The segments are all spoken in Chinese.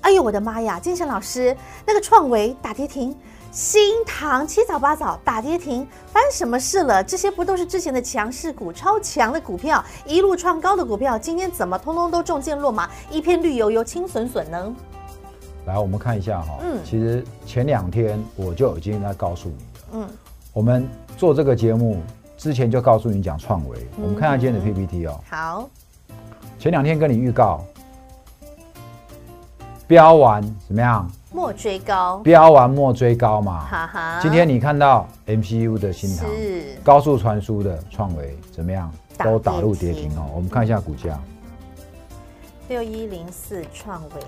哎呦我的妈呀，建成老师那个创维打跌停，新塘七早八早打跌停，发生什么事了？这些不都是之前的强势股、超强的股票，一路创高的股票，今天怎么通通都中箭落马，一片绿油油、青笋笋呢？来，我们看一下哈、嗯其实前两天我就已经在告诉你了，嗯，我们做这个节目之前就告诉你讲创维、嗯我们看一下今天的 PPT 哦，好，前两天跟你预告，标完怎么样？莫追高，标完莫追高嘛。哈哈。今天你看到 MCU 的新塘，是高速传输的创维怎么样？打都打入跌跌停停哦。我们看一下股价，六一零四创维，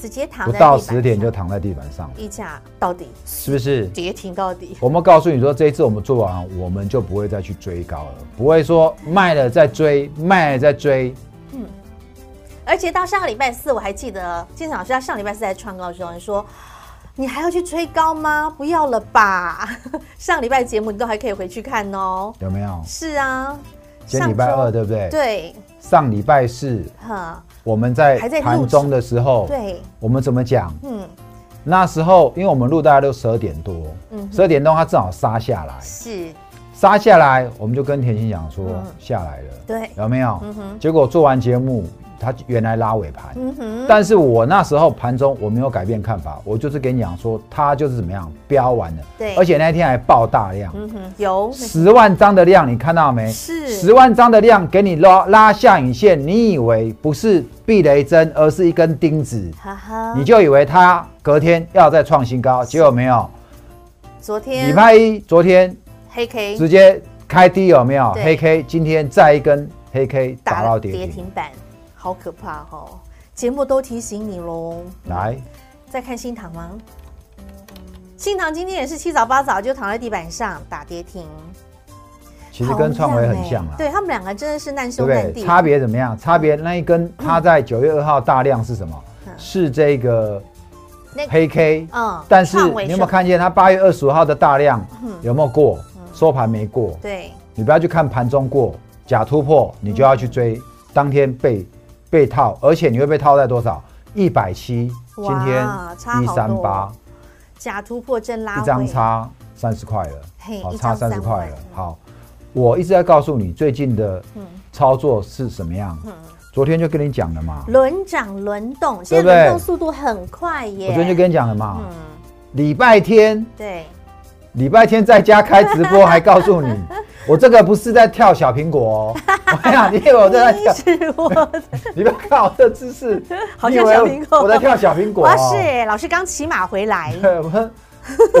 直接躺不在到地板十点就上躺在地板上了，溢价到底，是不是？跌停到底。我们告诉你说，这一次我们做完，我们就不会再去追高了，不会说卖了再追，卖了再追。而且到上个礼拜四，我还记得金老师他上礼拜四在创高的时候，你说你还要去追高吗？不要了吧。 上礼拜节目你都还可以回去看哦。有没有？是啊，今天礼拜上周二对不对？。对，上礼拜四哈，我们在还在录盘中的时候，对，我们怎么讲？嗯，那时候因为我们录大概都十二点多嗯，十二点多它正好杀下来，是，杀下来我们就跟甜心讲说嗯下来了，对有没有嗯？哼结果做完节目，它原来拉尾盘，嗯哼，但是我那时候盘中我没有改变看法，我就是跟你讲说，它就是怎么样标完了，对而且那一天还爆大量，嗯哼，有十、万张的量，你看到没？是十万张的量给你拉拉下影线，你以为不是避雷针，而是一根钉子，哈哈，你就以为它隔天要再创新高，结果没有，昨天礼拜一昨天黑 K 直接开低有没有？对黑 K 今天再一根黑 K 打到跌停，板，好可怕哦！节目都提醒你喽。来。再看新塘吗？新塘今天也是七早八早就躺在地板上打跌停，其实跟创维很像好啦像欸，对他们两个真的是难对兄不难对？弟，啊差别怎么样？差别那一根，它在九月二号大量是什么嗯？是这个那黑 K，嗯但是创维你是有没有看见它八月二十五号的大量嗯有没有过？收盘没过，对，嗯你不要去看盘中过假突破，你就要去追当天被被套，而且你会被套在多少？一百七，今哇天差好一多哦三八，假突破真拉回一张，差三十块了啊嘿，好，一差张三三十块万了，好。我一直在告诉你最近的嗯操作是什么样，嗯，昨天就跟你讲了嘛，轮涨轮动，对现不在对轮动速度很快我耶。昨天就跟你讲了嘛，嗯，礼拜天对，礼拜天在家开直播，还 告诉你，我这个不是在跳小苹果哦，我想你以为我在 跳，是我的，你不要看我这姿势， 好你像以为小苹果我在跳小苹果我哦，是老师刚骑马回来，对，我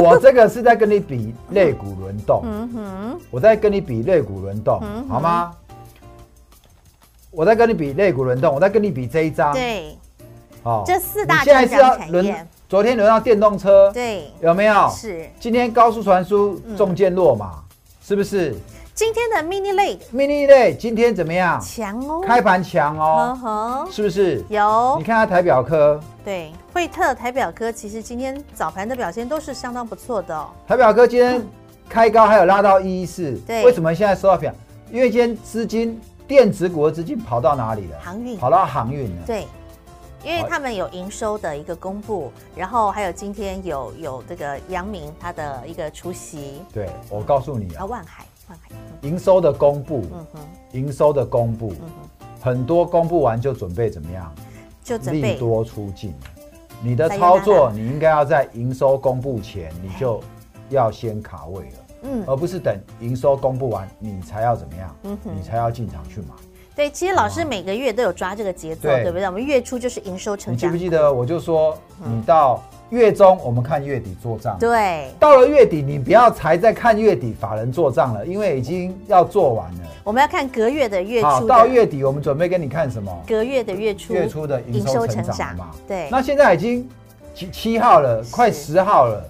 我这个是在跟你比肋骨轮动，嗯哼，我在跟你比肋骨轮动嗯，好吗？我在跟你比肋骨轮动，我在跟你比这一张，对哦这四大你现在是成要长产业轮，昨天轮到电动车，对，有没有？是嗯今天高速传输中箭落马，是不是今天的 mini leg ？mini 类今天怎么样？强哦，开盘强呵哦，呵，是不是？有你看它台表科，对惠特台表科，其实今天早盘的表现都是相当不错的哦。台表科今天开高还有拉到一一四，对为什么现在收到表？因为今天资金电子股的资金跑到哪里了？航运跑到航运了。对，因为他们有营收的一个公布，然后还有今天有有这个杨明他的一个出席对，我告诉你啊，啊，万海万海，嗯营收的公布，嗯哼营收的公布，嗯哼，很多公布完就准备怎么样？就准利备多出尽。啊你的操作， Sayonara 你应该要在营收公布前，你就要先卡位了，嗯而不是等营收公布完你才要怎么样，嗯哼你才要进场去买。对，其实老师每个月都有抓这个节奏，对对不对？我们月初就是营收成你记长嗯不，记得？我就说，你到月中我们看月底做账，对，到了月底你不要才在看月底法人做账了，因为已经要做完了。我们要看隔月的月好，初的到月底我们准备跟你看什么？隔月的月初月初的营收成长嘛。对，那现在已经七七号了，是快十号了，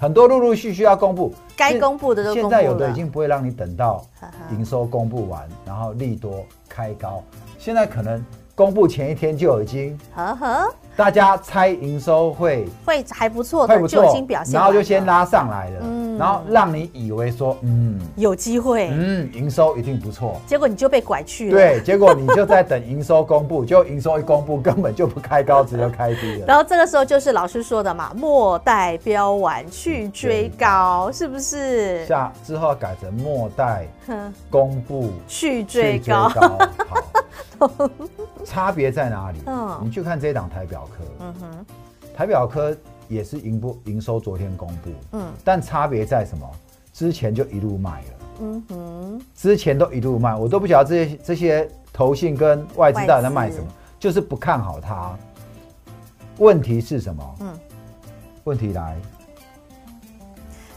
很多陆陆续续要公布，该公布的都公布了。现在有的已经不会让你等到呵呵营收公布完，然后利多开高，现在可能公布前一天就已经呵呵大家猜营收会会还不错会的，不就已错经表，现完了，然后就先拉上来了，嗯然后让你以为说嗯有机会，嗯营收一定不错。结果你就被拐去了。对，结果你就在等营收公布，就营收一公布根本就不开高，直接开低了。然后这个时候就是老师说的嘛，莫待标完去追嗯高，是不是？下之后改成末代哼公布去追去高，好， 差别在哪里？嗯你去看这一档台表科，嗯哼，台表科也是营不营收昨天公布，嗯但差别在什么？之前就一路卖了，嗯哼，之前都一路卖，我都不晓得这些这些投信跟外资到底在卖什么外，就是不看好它。问题是什么？嗯问题来，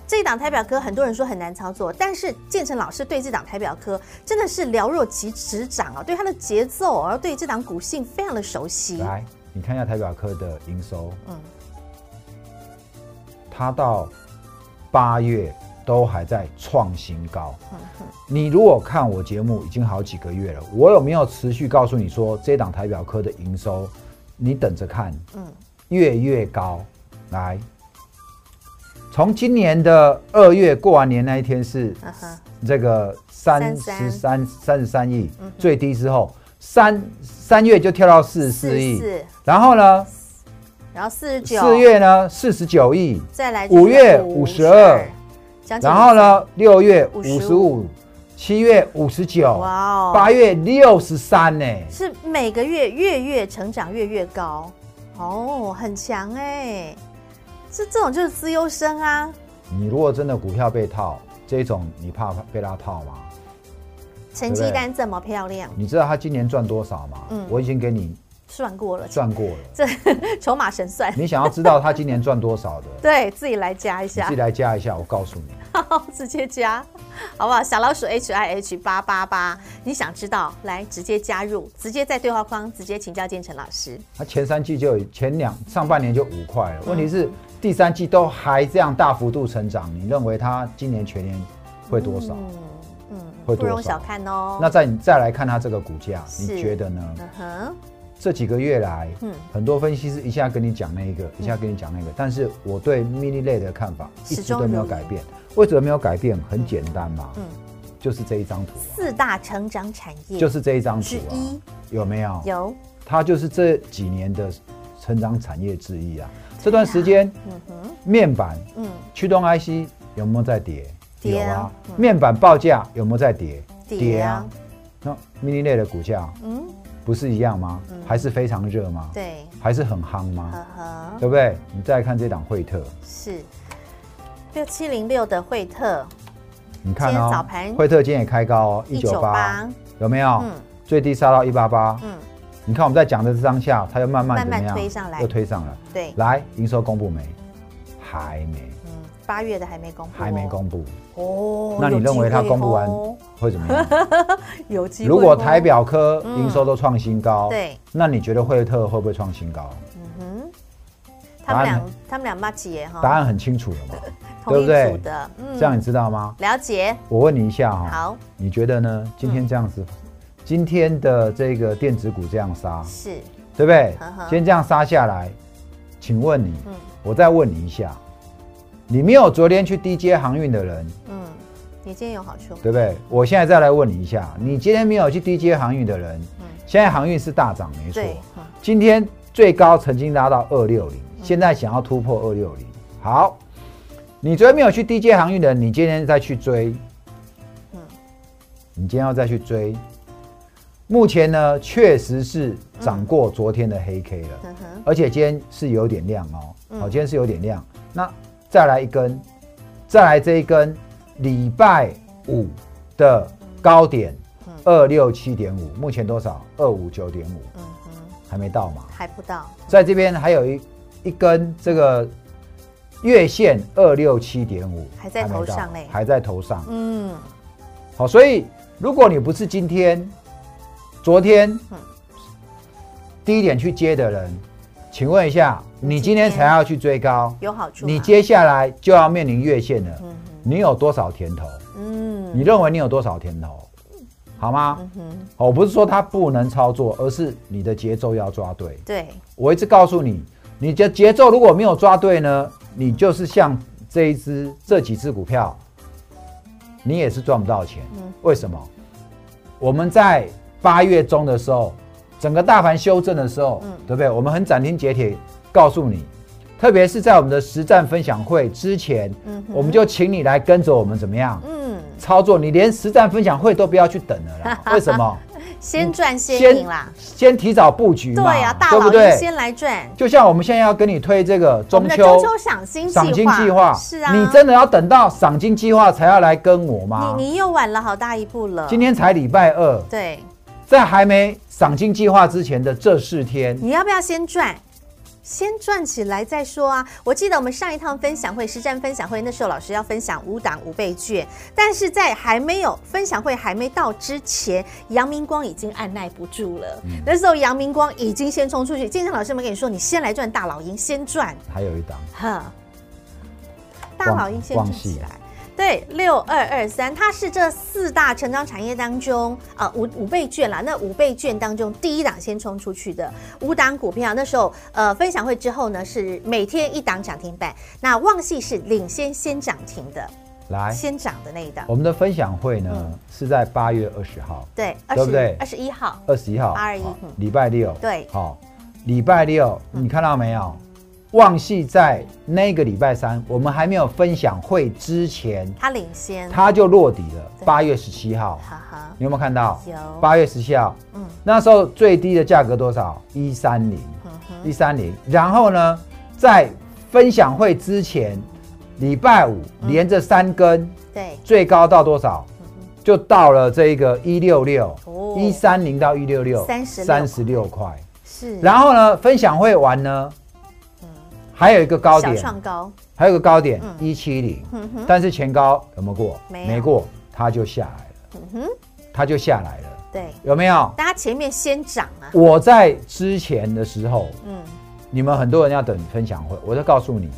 这一档台表科很多人说很难操作，但是建成老师对这档台表科真的是了若指指掌啊，对它的节奏，而对这档股性非常的熟悉。来，你看一下台表科的营收，嗯，它到八月都还在创新高。嗯你如果看我节目已经好几个月了，我有没有持续告诉你说这档台表科的营收，你等着看，嗯，月越高。来，从今年的二月过完年那一天是嗯哼，这个三33十三三十三亿嗯哼最低之后，三三月就跳到四十四亿， 44然后呢，然后四十九，四月呢四十九亿，再来五月52，将近然后一半？呢，六月五55十五，七月五十九，哇哦，八月六十三呢。是每个月月月成长月月高，哦，很强哎、这这种就是资优生啊，你如果真的股票被套，这种你怕被他套吗？成绩单这么漂亮，你知道他今年赚多少吗？嗯我已经给你算过了，算过了。这 筹码神算，，你想要知道他今年赚多少的 对自己来加一你下自己，来加一下，我告诉你。 直接加，好不好？小老鼠 H I H 八八八，你想知道，来直接加入，直接在对话框直接请教建成老师，他前三季就有前两上半年就五块了，问题是第三季都还这样大幅度成长，你认为他今年全年会多少？嗯，会不容多少小看哦。那再你再来看他这个股价，是你觉得呢？嗯哼，这几个月来，嗯很多分析师一下跟你讲那个，一下跟你讲那个，但是我对 mini 类的看法一始直终都没有如一改变。为什么没有改变？很简单嘛，嗯就是这一张图、啊，四大成长产业就是这一张图之啊，一，有没有？有，它就是这几年的成长产业之一啊。这段时间，嗯哼，面板、嗯。驱动 IC 有没有在跌？跌啊有啊。嗯面板报价有没有在跌？跌啊。那 mini 类的股价嗯，不是一样吗？嗯还是非常热吗？对，嗯还是很夯吗？呵呵，对不对？你再看这档惠特，是六七零六的惠特，你看今天哦，早盘惠特今天也开高哦，一九八198，有没有？嗯最低杀到一八八。嗯，你看我们在讲的这当下，它又慢慢慢怎么慢样？推上来又推上来。对，来，营收公布没？还没，嗯，八月的还没公布哦，还没公布。哦，那你有认为机它会公布完哦会怎么样？有机会哦？如果台表科嗯营收都创新高，对，那你觉得惠特会不会创新高？嗯哼，他答们案俩他们俩骂起耶答哈，案很清楚了嘛，同一对不组对的， 嗯这样你嗯知道吗？了解，我问你一下哈、好，嗯你觉得呢？今天这样子，今天的这个电子股这样杀，是对不对呵呵？今天这样杀下来，请问你，嗯我再问你一下，你没有昨天去低阶航运的人，嗯，你今天有好处，对不对？我现在再来问你一下，你今天没有去低阶航运的人，现在航运是大涨没嗯错，对，嗯今天最高曾经拉到二六零，现在想要突破二六零。好，你昨天没有去低阶航运的，你今天再去追，嗯你今天要再去追。目前呢，确实是涨过昨天的黑 K 了，嗯哼，而且今天是有点亮哦，嗯好、今天是有点亮。那再来一根，再来这一根，礼拜五的高点嗯二六七点五，目前多少？二五九点五，嗯哼，还没到嘛？还不到，在这边还有一一根这个月线二六七点五还在头上嘞还在头上。嗯，好，所以如果你不是今天、昨天嗯低点去接的人，请问一下，你今天才要去追高，有好处吗。你接下来就要面临月线了，嗯你有多少甜头？嗯你认为你有多少甜头？好吗？嗯哼，哦，我不是说它不能操作，而是你的节奏要抓对。对，我一直告诉你，你的节奏如果没有抓对呢，你就是像这一只、这几只股票，你也是赚不到钱。嗯为什么？我们在八月中的时候，整个大盘修正的时候，嗯对不对？我们很斩钉截铁告诉你，特别是在我们的实战分享会之前，嗯哼我们就请你来跟着我们怎么样？嗯，操作，你连实战分享会都不要去等了啦。 为什么？先赚先赢啦。先提早布局对嘛，呀、大对不老对爷先来赚。就像我们现在要跟你推这个我中们的秋中秋赏金赏金计计划划，是啊，你真的要等到赏金计划才要来跟我吗？你你又晚了好大一步了。今天才礼拜二，对，在还没赏金计划之前的这四天，你要不要先赚？先赚起来再说啊！我记得我们上一趟分享会实战分享会，那时候老师要分享五档五倍券，但是在还没有分享会还没到之前，杨明光已经按耐不住了。那时候杨明光已经先冲出去，经常老师们跟你说，你先来赚大老鹰，先赚。还有一档哼，大老鹰先逛站戏起来。对，六二二三，它是这四大成长产业当中，呃，五五倍券啦，那五倍券当中第一档先冲出去的五档股票，那时候呃分享会之后呢，是每天一档涨停板，那旺系是领先先涨停的，来，先涨的那一档，我们的分享会呢、嗯是在八月二十号、对，二对不十对二十一号，二十一号， 821好嗯礼拜六，对嗯好、礼拜六，你看到没有？旺系在那个礼拜三，我们还没有分享会之前，它领先，它就落底了，对八月十七号。哈哈，你有没有看到？有八月十七号，嗯那时候最低的价格多少？一三零，嗯哼，一三零。然后呢，在分享会之前，礼拜五嗯连着三根，对，最高到多少？就到了这个一六六嗯哦，一三零到一六六， 36十六块。是，然后呢，分享会完呢，还有一个高嗯小点，创高，还有一个高点嗯一七零嗯哼，但是前高有没有过？没有过，它就下来了。嗯哼，它就下来了，对，有没有？但它前面先涨啊，我在之前的时候，嗯，你们很多人要等分享会，我就告诉你，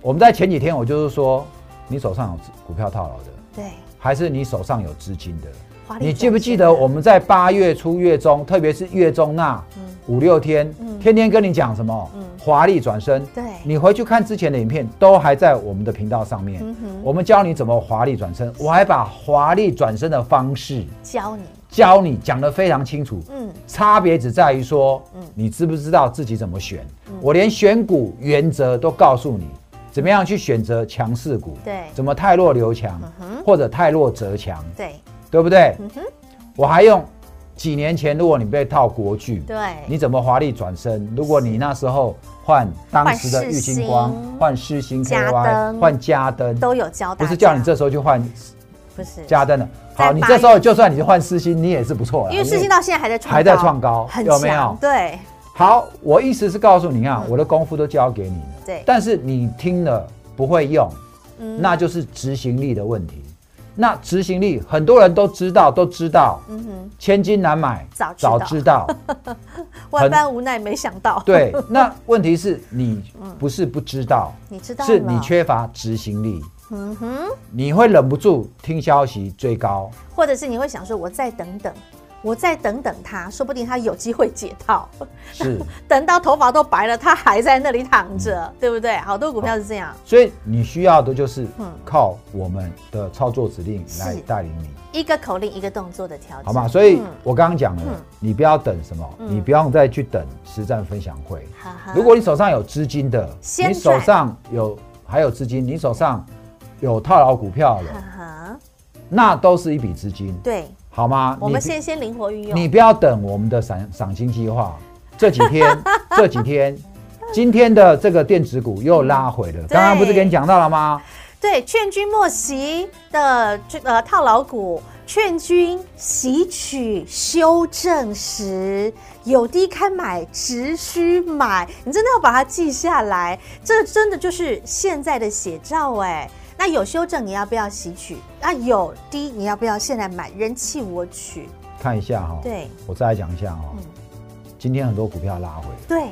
我们在前几天我就是说，你手上有股票套牢的，对。还是你手上有资金的？华丽你转记不记身得的我们在八月初、月中，特别是月中那嗯五六天，天天跟你讲什么？华丽转身。对你回去看之前的影片，都还在我们的频道上面嗯哼。我们教你怎么华丽转身，我还把华丽转身的方式教你？教你讲得非常清楚。嗯，差别只在于说，你知不知道自己怎么选？我连选股原则都告诉你，怎么样去选择强势股，对怎么太弱留强，或者太弱则强，对对不对？嗯哼我还用几年前，如果你被套国剧，对，你怎么华丽转身？如果你那时候换当时的换玉世金光新，换世新嘉 KY，登换嘉登，都有教大不家，是叫你这时候就换不是嘉登了。在好，你八这时候就算你换世新，你也是不错了，因为世新到现在还在创高，还在创高很有没强有对好，我意思是告诉你啊，我的功夫都交给你了。嗯对但是你听了不会用，嗯那就是执行力的问题。那执行力，很多人都知道，都知道，嗯哼，千金难买早知道道。万般无奈没想到，， 对，那问题是你不是不知道，你嗯知道是了你缺乏执行力，嗯哼，你会忍不住听消息追高。或者是你会想说，我再等等。我再等等他，说不定他有机会解套。 是，等到头发都白了，他还在那里躺着，对不对？好多股票是这样，所以你需要的就是嗯靠我们的操作指令来是带领你。一个口令一个动作的调整，好吗？所以嗯我刚刚讲了，嗯你不要等什么，嗯你不用再去等实战分享会。哈哈如果你手上有资金的，先你手赚上有还有资金，你手上有套牢股票哈了，哈，那都是一笔资金，对，好吗？我们你先先灵活运你用，不要等我们的赏赏金计划，这几天 这几天。今天的这个电子股又拉回了，刚刚不是对跟你讲到了吗？对，劝君莫惜的这个套牢股，劝君吸取修正时，有低开买，只需买。你真的要把它记下来，这真的就是现在的写照哎。那有修正，你要不要吸取？那有低，你要不要现在买？人气我取。看一下哈、哦，对，我再来讲一下哈、哦。嗯今天很多股票拉回了，对，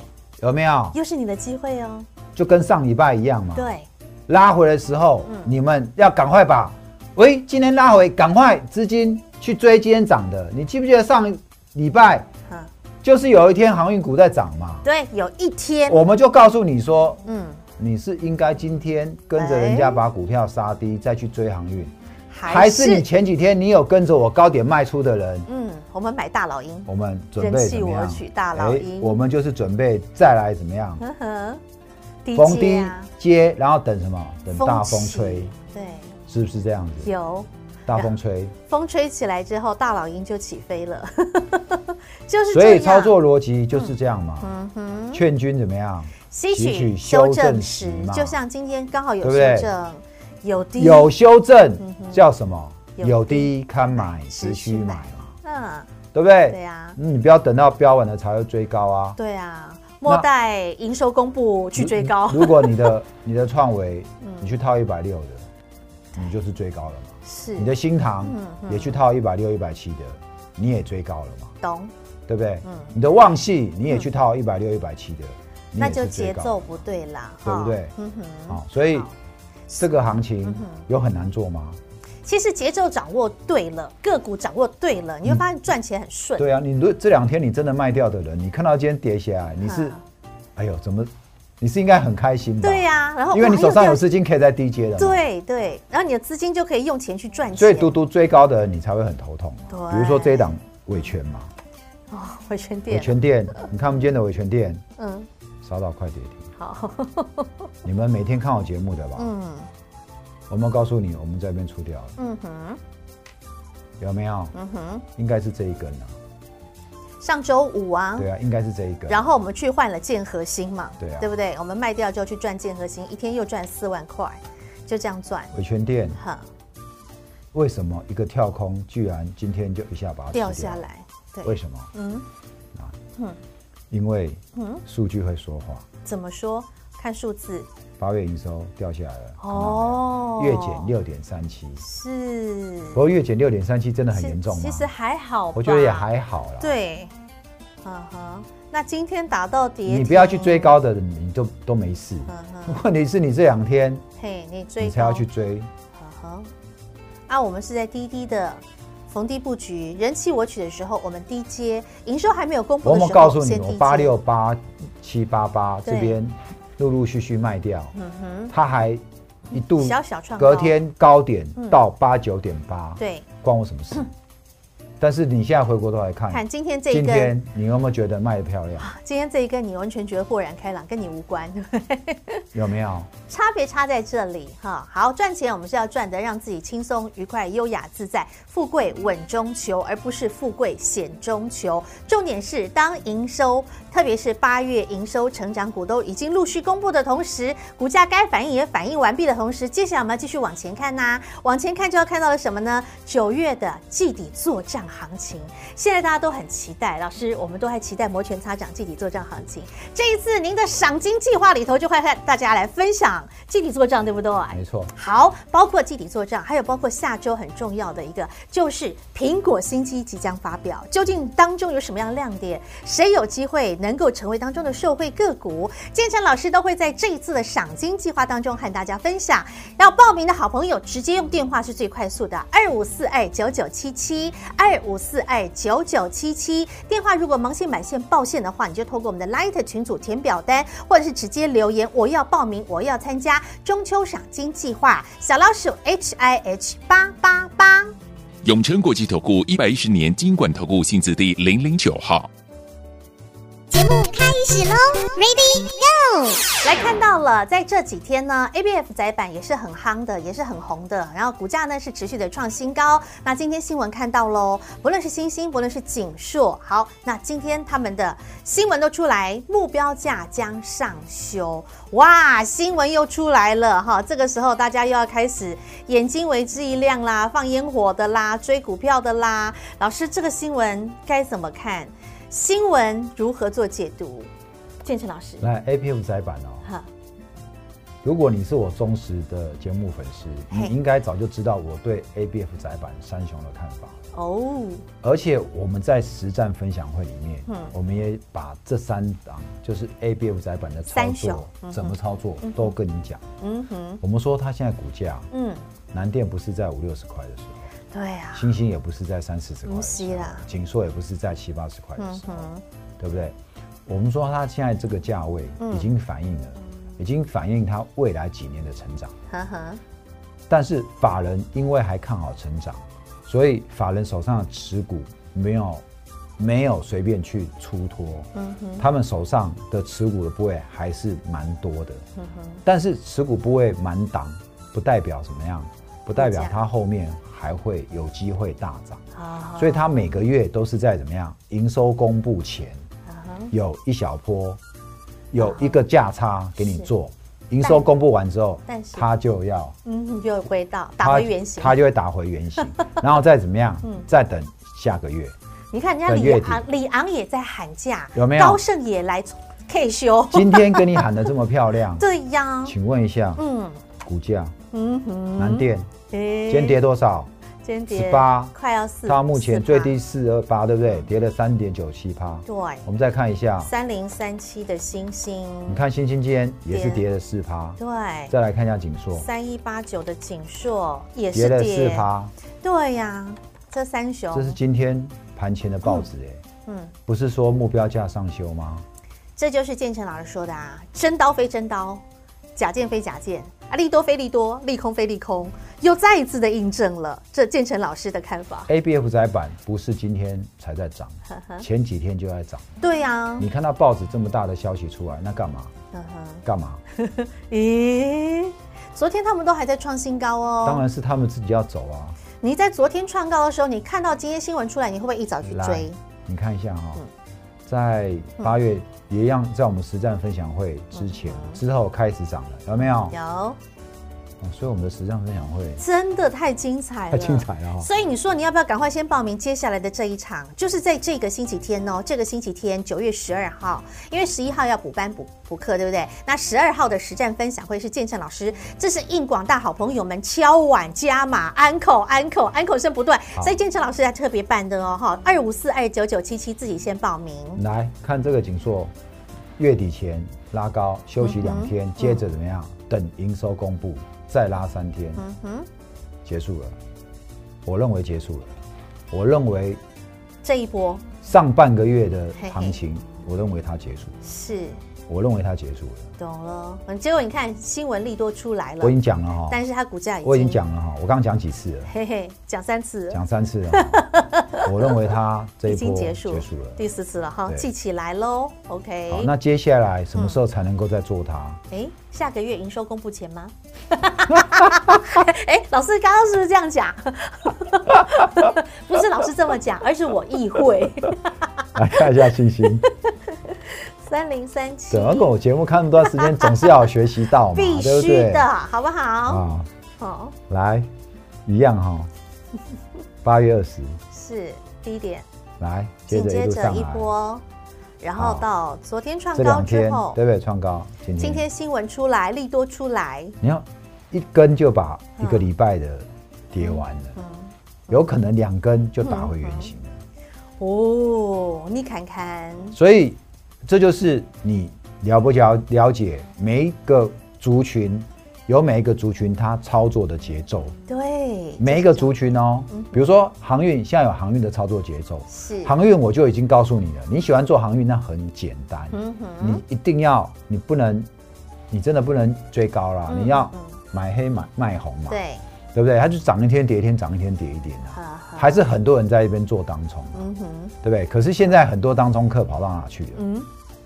有没有？又是你的机会哦。就跟上礼拜一样嘛。对，拉回的时候，嗯你们要赶快把，喂，今天拉回，赶快资金去追今天涨的。你记不记得上礼拜嗯，就是有一天航运股在涨嘛？对，有一天，我们就告诉你说，嗯，你是应该今天跟着人家把股票杀低，再去追航运，还嗯还是你前几天你有跟着我高点卖出的人？嗯，我们买大老鹰，我们准备怎么样哎人气我取大老鹰我们就是准备再来怎么样？呵呵，低逢阶低啊，接，然后等什么？等大风起吹，，对，是不是这样子？有大风吹，风吹起来之后，大老鹰就起飞了， 就是所这以样操，作逻辑就是这样嘛。嗯哼，劝君怎么样？吸吸取取修修正正时时嘛，就像今天刚好有对不修对正，有低，有，修正嗯哼叫什么？有有低看买，时只需需买买嘛，嗯，对不对？对啊嗯你不要等到标完了才会追高啊。对啊，莫待营收公布去追高， 如如果你的你的创维嗯，你去套一百六的，你就是追高了嘛。是你的新塘嗯嗯也去套一百六、一百七的，你也追高了嘛。懂，对不对？嗯你的旺系你也去套一百六、一百七的，你那也就是最节高奏不对啦，对不哈对嗯哼，啊、所以好这个行情嗯哼有很难做吗？其实节奏掌握对了，个股掌握对了，你会发现赚钱很顺。对啊，你如果这两天你真的卖掉的人，你看到今天跌下来，你是啊，哎呦，怎么，你是应该很开心吧？对、呀、然后因为你手上有资，资金可以在低阶的，，对对，然后你的资金就可以用钱去赚钱。所以独独追高的人你才会很头痛嘛。对比如说这一档伟权嘛，哦，回圈伟店，权店，你看我们今天的伟权店嗯，杀到快跌停，好，你们每天看我节目的吧？嗯我们告诉你，我们这边出掉了，嗯哼有没有？嗯哼，应该是这一根啊。上周五啊，对啊，应该是这一个。然后我们去换了建核心嘛，对啊不对？我们卖掉之后去赚建核心，一天又赚四万块，就这样赚，维权店哈，为什么一个跳空居然今天就一下把它吃掉下？来，为对，什么？啊嗯因为嗯，数据会说话。怎么说？看数字八月营收掉下来了，哦，月减六点三七，是，不过月减六点三七真的很其严重吗？其实还好吧，我觉得也还好啦。，对，嗯哼。那今天打到跌停，你不要去追，高的，你都都没事。嗯哼，问题是你这两天嘿，你追你高才要去，追，嗯哼。啊，我们是在低低的逢低布局，人气我取的时候，我们低接，营收还没有公布我的时们候，告诉你，先低我接八，六八七八八对这边陆陆续续卖掉，嗯哼，它还一度小小创高隔天高点嗯到八九点八，对，关我什 么事？但是你现在回过头来看看，今天这一哎今根，天你有没有觉得卖的漂 亮？啊今天这一根你完全觉得豁然开朗，跟你无关，对不对？有没有？差别差在这里哈。好，赚钱我们是要赚的让自己轻松、愉快、优雅、自在，富贵稳中求，而不是富贵险中求。重点是，当营收，特别是八月营收成长股都已经陆续公布的同时，股价该反应也反应完毕的同时，接下来我们要继续往前看呐、往前看就要看到了什么呢？九月的季底做账行情，现在大家都很期待。老师，我们都还期待摩拳擦掌季底做账行情。这一次您的赏金计划里头，就会和大家来分享季底做账，对不对？没错，好，包括季底做账，还有包括下周很重要的一个，就是苹果新机即将发表，究竟当中有什么样的亮点？谁有机会能够成为当中的受惠个股？建成老师都会在这一次的赏金计划当中和大家分享。要报名的好朋友，直接用电话是最快速的，二五四二九九七七，二五四二九九七七。电话如果盲线、满线、报线的话，你就透过我们的 Light 群组填表单，或者是直接留言我要报名，我要参加中秋赏金计划，小老鼠 H I H 八八八。永诚国际投顾一百一十年金管投顾性质第零零九号。节目开一起喽，Ready Go！来看到了，在这几天呢，ABF 窄板也是很夯的，也是很红的，然后股价呢是持续的创新高。那今天新闻看到喽，不论是星星，不论是景硕，好，那今天他们的新闻都出来，目标价将上修，哇，新闻又出来了哈，这个时候大家又要开始眼睛为之一亮啦，放烟火的啦，追股票的啦。老师，这个新闻该怎么看？新闻如何做解读？建成老师，来 A P F 窄板哦，哈，如果你是我忠实的节目粉丝，嘿你应该早就知道我对 A B F 窄板三雄的看法。哦，而且我们在实战分享会里面，嗯我们也把这三档就是 A B F 窄板的操三雄作、嗯哼怎么操作都跟你讲。嗯哼，我们说它现在股价，嗯，南电不是在五六十块的时候，对啊，星星也不是在三四十块的不时是候啦，锦硕也不是在七八十块的啊嗯时候，哼，对不对？我们说它现在这个价位嗯已经反映了，已经反映它未来几年的成长。呵呵，但是法人因为还看好成长，所以法人手上的持股没有没有随便去出脱，嗯哼，他们手上的持股的部位还是蛮多的，嗯哼，但是持股部位满档不代表怎么样，不代表它后面还会有机会大涨，好，所以它每个月都是在怎么样营收公布前嗯哼，有一小波，有一个价差给你是做，营收公布完之后但是，它就要。嗯哼，又回到打它回原形，嗯它就会打回原 形，然后再怎么样，再等下个月。你看人家本李月底昂，李昂也在喊价，有没有高盛也来哦 K 修，，今天跟你喊的这么漂亮 对呀，请问一下，嗯股价嗯哼，南电诶，今天跌多少？间谍18快要四，它目前最低4%，四二八，对不对？跌了三点九七趴。对，我们再看一下，三零三七的星星，你看星星今天也是跌了四趴。对，再来看一下锦硕，三一八九的景硕也是跌了四趴，对呀、这三雄，这是今天盘前的报纸哎，哦嗯，不是说目标价上修吗？这就是建成老师说的啊，真刀非真刀，假剑非假剑，啊，利多非利多，利空非利空，又再一次的印证了这建成老师的看法。 A B F 窄板不是今天才在涨，前几天就在涨。对呀、啊，你看到报纸这么大的消息出来，那干嘛？嗯哼，干嘛？咦，昨天他们都还在创新高哦。当然是他们自己要走啊。你在昨天创高的时候，你看到今天新闻出来，你会不会一早去来追？，嗯你看一下哈、在八月也一样，在我们实战分享会之前、之后开始涨了，有没有？嗯有，哦所以我们的实战分享会真的太精彩了，太精彩了哦哈、所以你说你要不要赶快先报名接下来的这一场？就是在这个星期天哦，这个星期天九月十二号，因为十一号要补班补补课，对不对？那十二号的实战分享会是建成老师，这是应广大好朋友们敲碗加码，安口安口安口声不断，好所以建成老师还特别办的哦，哈，二五四二九九七七自己先报名，来看这个紧硕，月底前拉高休息两天，接着怎么样？等营收公布再拉三天，嗯哼，结束了。我认为结束了。我认为这一波上半个月的嘿嘿行情，我认为它结束了。是我认为它结束了。懂了，嗯，结果你看新闻利多出来了我已，经讲了哈、但是它股价已经我已经，讲了哈、我刚刚讲几次了，嘿嘿，讲三次了，讲三次了哈、我认为它这已一经波结结束，束了。第四次了哈，对记起来喽。OK，好，那接下来什么时候才能够再做它？ 哎，下个月营收公布前吗？哎，老师刚刚是不是这样讲？不是老师这么讲，而是我意 会。来看一下星星，三零三七整，个我节目看那么段时间，总是要有学习到嘛， 必对不须对？的，好不好？啊，哦，来，一样哈、八月二十，是低点，来，接紧着一接路着上一来，波，然后好到昨天创这高两之天后，对不对？创高，今天今天新闻出来，利多出来，你要一根就把嗯一个礼拜的跌完了，有可能两根就打回原形了。嗯哦，你看看，所以这就是你了不了了解每一个族群，有每一个族群它操作的节奏，对，每一个族群哦，比如说航运，现在有航运的操作节奏。是，航运我就已经告诉你了，你喜欢做航运那很简单，嗯哼。你一定要，你不能，你真的不能追高啦，嗯你要嗯买黑买卖红嘛，对，对不对？它就涨一天跌一天，涨一天跌一天啊，呵呵还是很多人在一边做当冲啊，嗯嗯哼，对不对？可是现在很多当冲客跑到哪去了？嗯，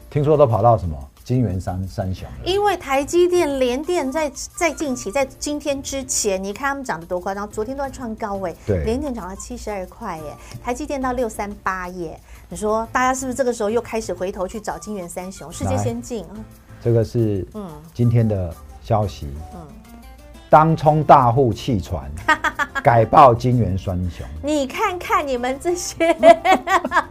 听说都跑到什么金元三三雄了。因为台积电、联电在在近期，在今天之前，你看他们涨得多夸张，昨天都在创高位，对联电涨到七十二块耶，台积电到六三八耶。你说大家是不是这个时候又开始回头去找金元三雄、世界来先进？嗯这个是嗯今天的消息。嗯当冲大户 弃船，改报金元三雄。你看看你们这些，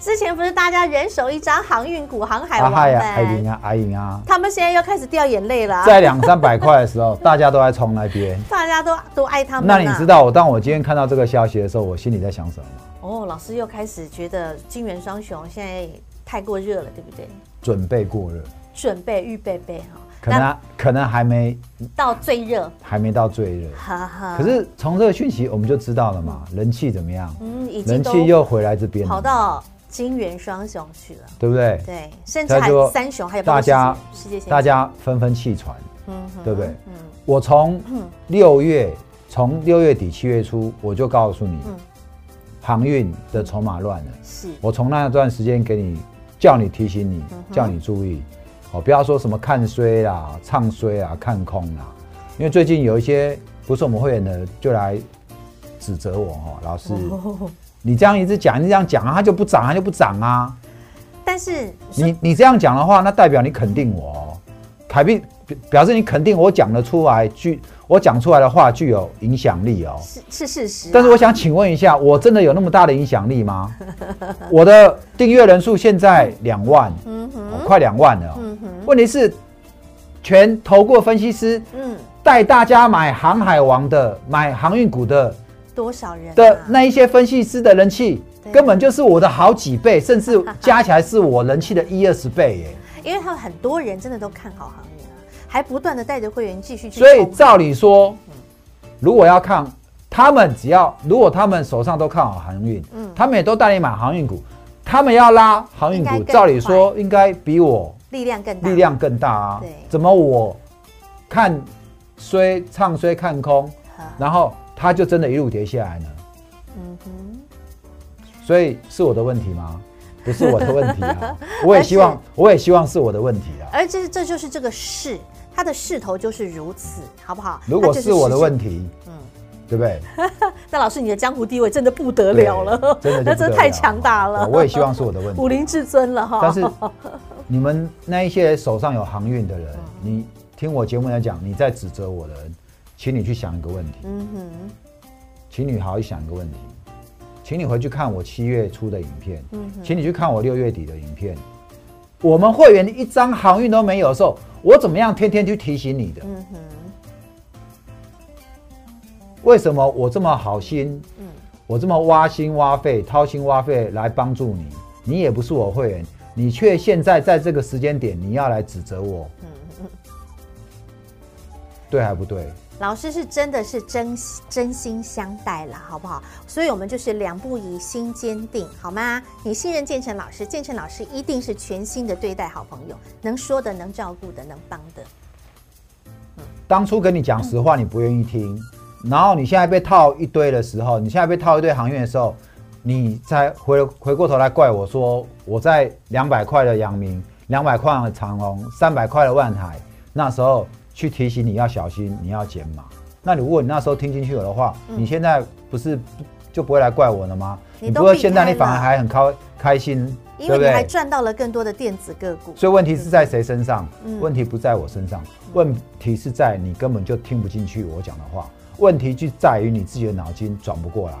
之前不是大家人手一张航运股、航海啊王嗨们，呀，哎赢啊，哎赢啊！他们现在又开始掉眼泪了啊，在两三百块的时候，大家都在冲那边。大家都都爱他们那 啊。你知道我当我今天看到这个消息的时候，我心里在想什么吗？哦，老师又开始觉得金元双雄现在太过热了，对不对？准备过热，准备预备备哈，可能啊可能还没那到最热，还没到最热。哈哈。可是从这个讯息我们就知道了嘛，人气怎么样？嗯，已经人都气又回来这边跑了，到金元双雄去了，对不对？对，甚至再还说三雄，还有包大括世家界世界先大进，家纷纷弃船，嗯哼对不对？嗯我从六月从六月底七月初我就告诉你嗯，航运的筹码乱了。是，我从那段时间给你叫你提醒你嗯，哼叫你注意，哦，不要说什么看衰啦、唱衰啊、看空啦，因为最近有一些不是我们会员的就来指责我哦，老师，你这样一直讲，你这样讲啊，它就不涨，它就不涨啊，但是你你这样讲的话，那代表你肯定我、哦，凯币表表示你肯定我讲得出来，具我讲出来的话具有影响力哦。是是事实啊、但是我想请问一下，我真的有那么大的影响力吗？我的订阅人数现在两万，嗯哼，哦快两万了哦、嗯哼，问题是，全投过分析师嗯，带大家买航海王的、买航运股的多少人、啊、的那一些分析师的人气对，啊根本就是我的好几倍，甚至加起来是我人气的一二十倍耶。因为他们很多人真的都看好行业啊，还不断的带着会员继续去冲。所以照理说，嗯如果要看他们，只要如果他们手上都看好航运，嗯他们也都带你买航运股，他们要拉航运应该股，更照理说应该比我力量更大，力量更大啊对。怎么我看衰唱衰看空，啊然后他就真的一路跌下来呢？嗯哼，所以是我的问题吗？不是我的问 题啊！我也希望，我也希望是我的问题啊。而这这就是这个势，它的势头就是如此，好不好？如果是我的问题，题，嗯对不对？那老师你的江湖地位真的不得了了，对 真的就不得了那真的太强大了，对我也希望是我的问题武林至尊了哈。但是你们那一些手上有航运的人，你听我节目来讲，你在指责我的人，请你去想一个问题，嗯哼，请你好好想一个问题，请你回去看我七月初的影片，嗯哼请你去看我六月底的影片。我们会员一张航运都没有的时候，我怎么样天天去提醒你的？嗯哼，为什么我这么好心，嗯我这么挖心挖肺、掏心挖肺来帮助你？你也不是我会员，你却现在在这个时间点你要来指责我，嗯嗯，对还不对？老师是真的是真真心相待了，好不好？所以我们就是两不疑，心坚定，好吗？你信任建成老师，建成老师一定是全心的对待好朋友，能说的、能照顾的、能帮的。当初跟你讲实话，你不愿意听，然后你现在被套一堆的时候，你现在被套一堆航运的时候，你再回回过头来怪我说，我在两百块的阳明，两百块的长虹，三百块的万海，那时候去提醒你要小心，你要减码。那如果你那时候听进去我的话，你现在不是不就不会来怪我了吗？嗯你不都会避现在开你反而了还很开开心，因对为不你还对？赚到了更多的电子个股。所以问题是在谁身上？嗯问题不在我身上，问题是在你根本就听不进去我讲的话，问题就在于你自己的脑筋转不过来。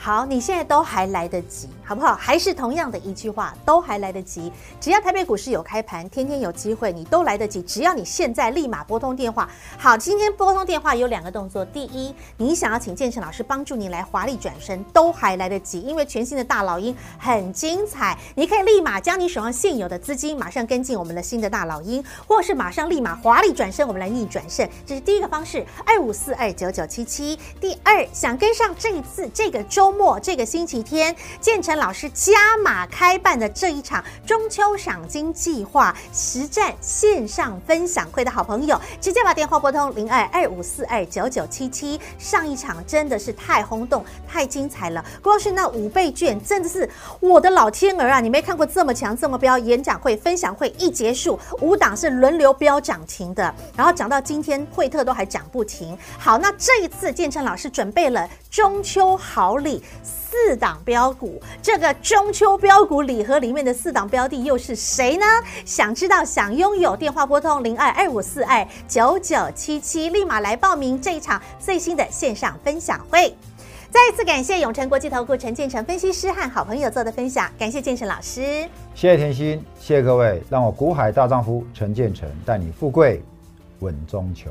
好，你现在都还来得及，好不好？还是同样的一句话，都还来得及。只要台北股市有开盘，天天有机会，你都来得及。只要你现在立马拨通电话。好，今天拨通电话有两个动作，第一，你想要请建成老师帮助你来华丽转身，都还来得及，因为全新的大老鹰很精彩，你可以立马将你手上现有的资金马上跟进我们的新的大老鹰，或是马上立马华丽转身，我们来逆转胜，这是第一个方式，二五四二九九七七。第二，想跟上这一次这个周末。末这个星期天，建成老师加码开办的这一场中秋赏金计划实战线上分享会的好朋友，直接把电话拨通零二二五四二九九七七。上一场真的是太轰动、太精彩了，光是那五倍券真的是我的老天儿啊！你没看过这么强、这么彪演讲会、分享会一结束，五档是轮流飙涨停的，然后涨到今天惠特都还涨不停。好，那这一次建成老师准备了中秋好礼。四档标股，这个中秋标股礼盒里面的四档标的又是谁呢？想知道、想拥有，电话拨通零二二五四二九九七七，立马来报名这一场最新的线上分享会。再一次感谢永诚国际投顾陈建成分析师和好朋友做的分享，感谢建成老师。谢谢甜心，谢谢各位，让我股海大丈夫陈建成带你富贵稳中求。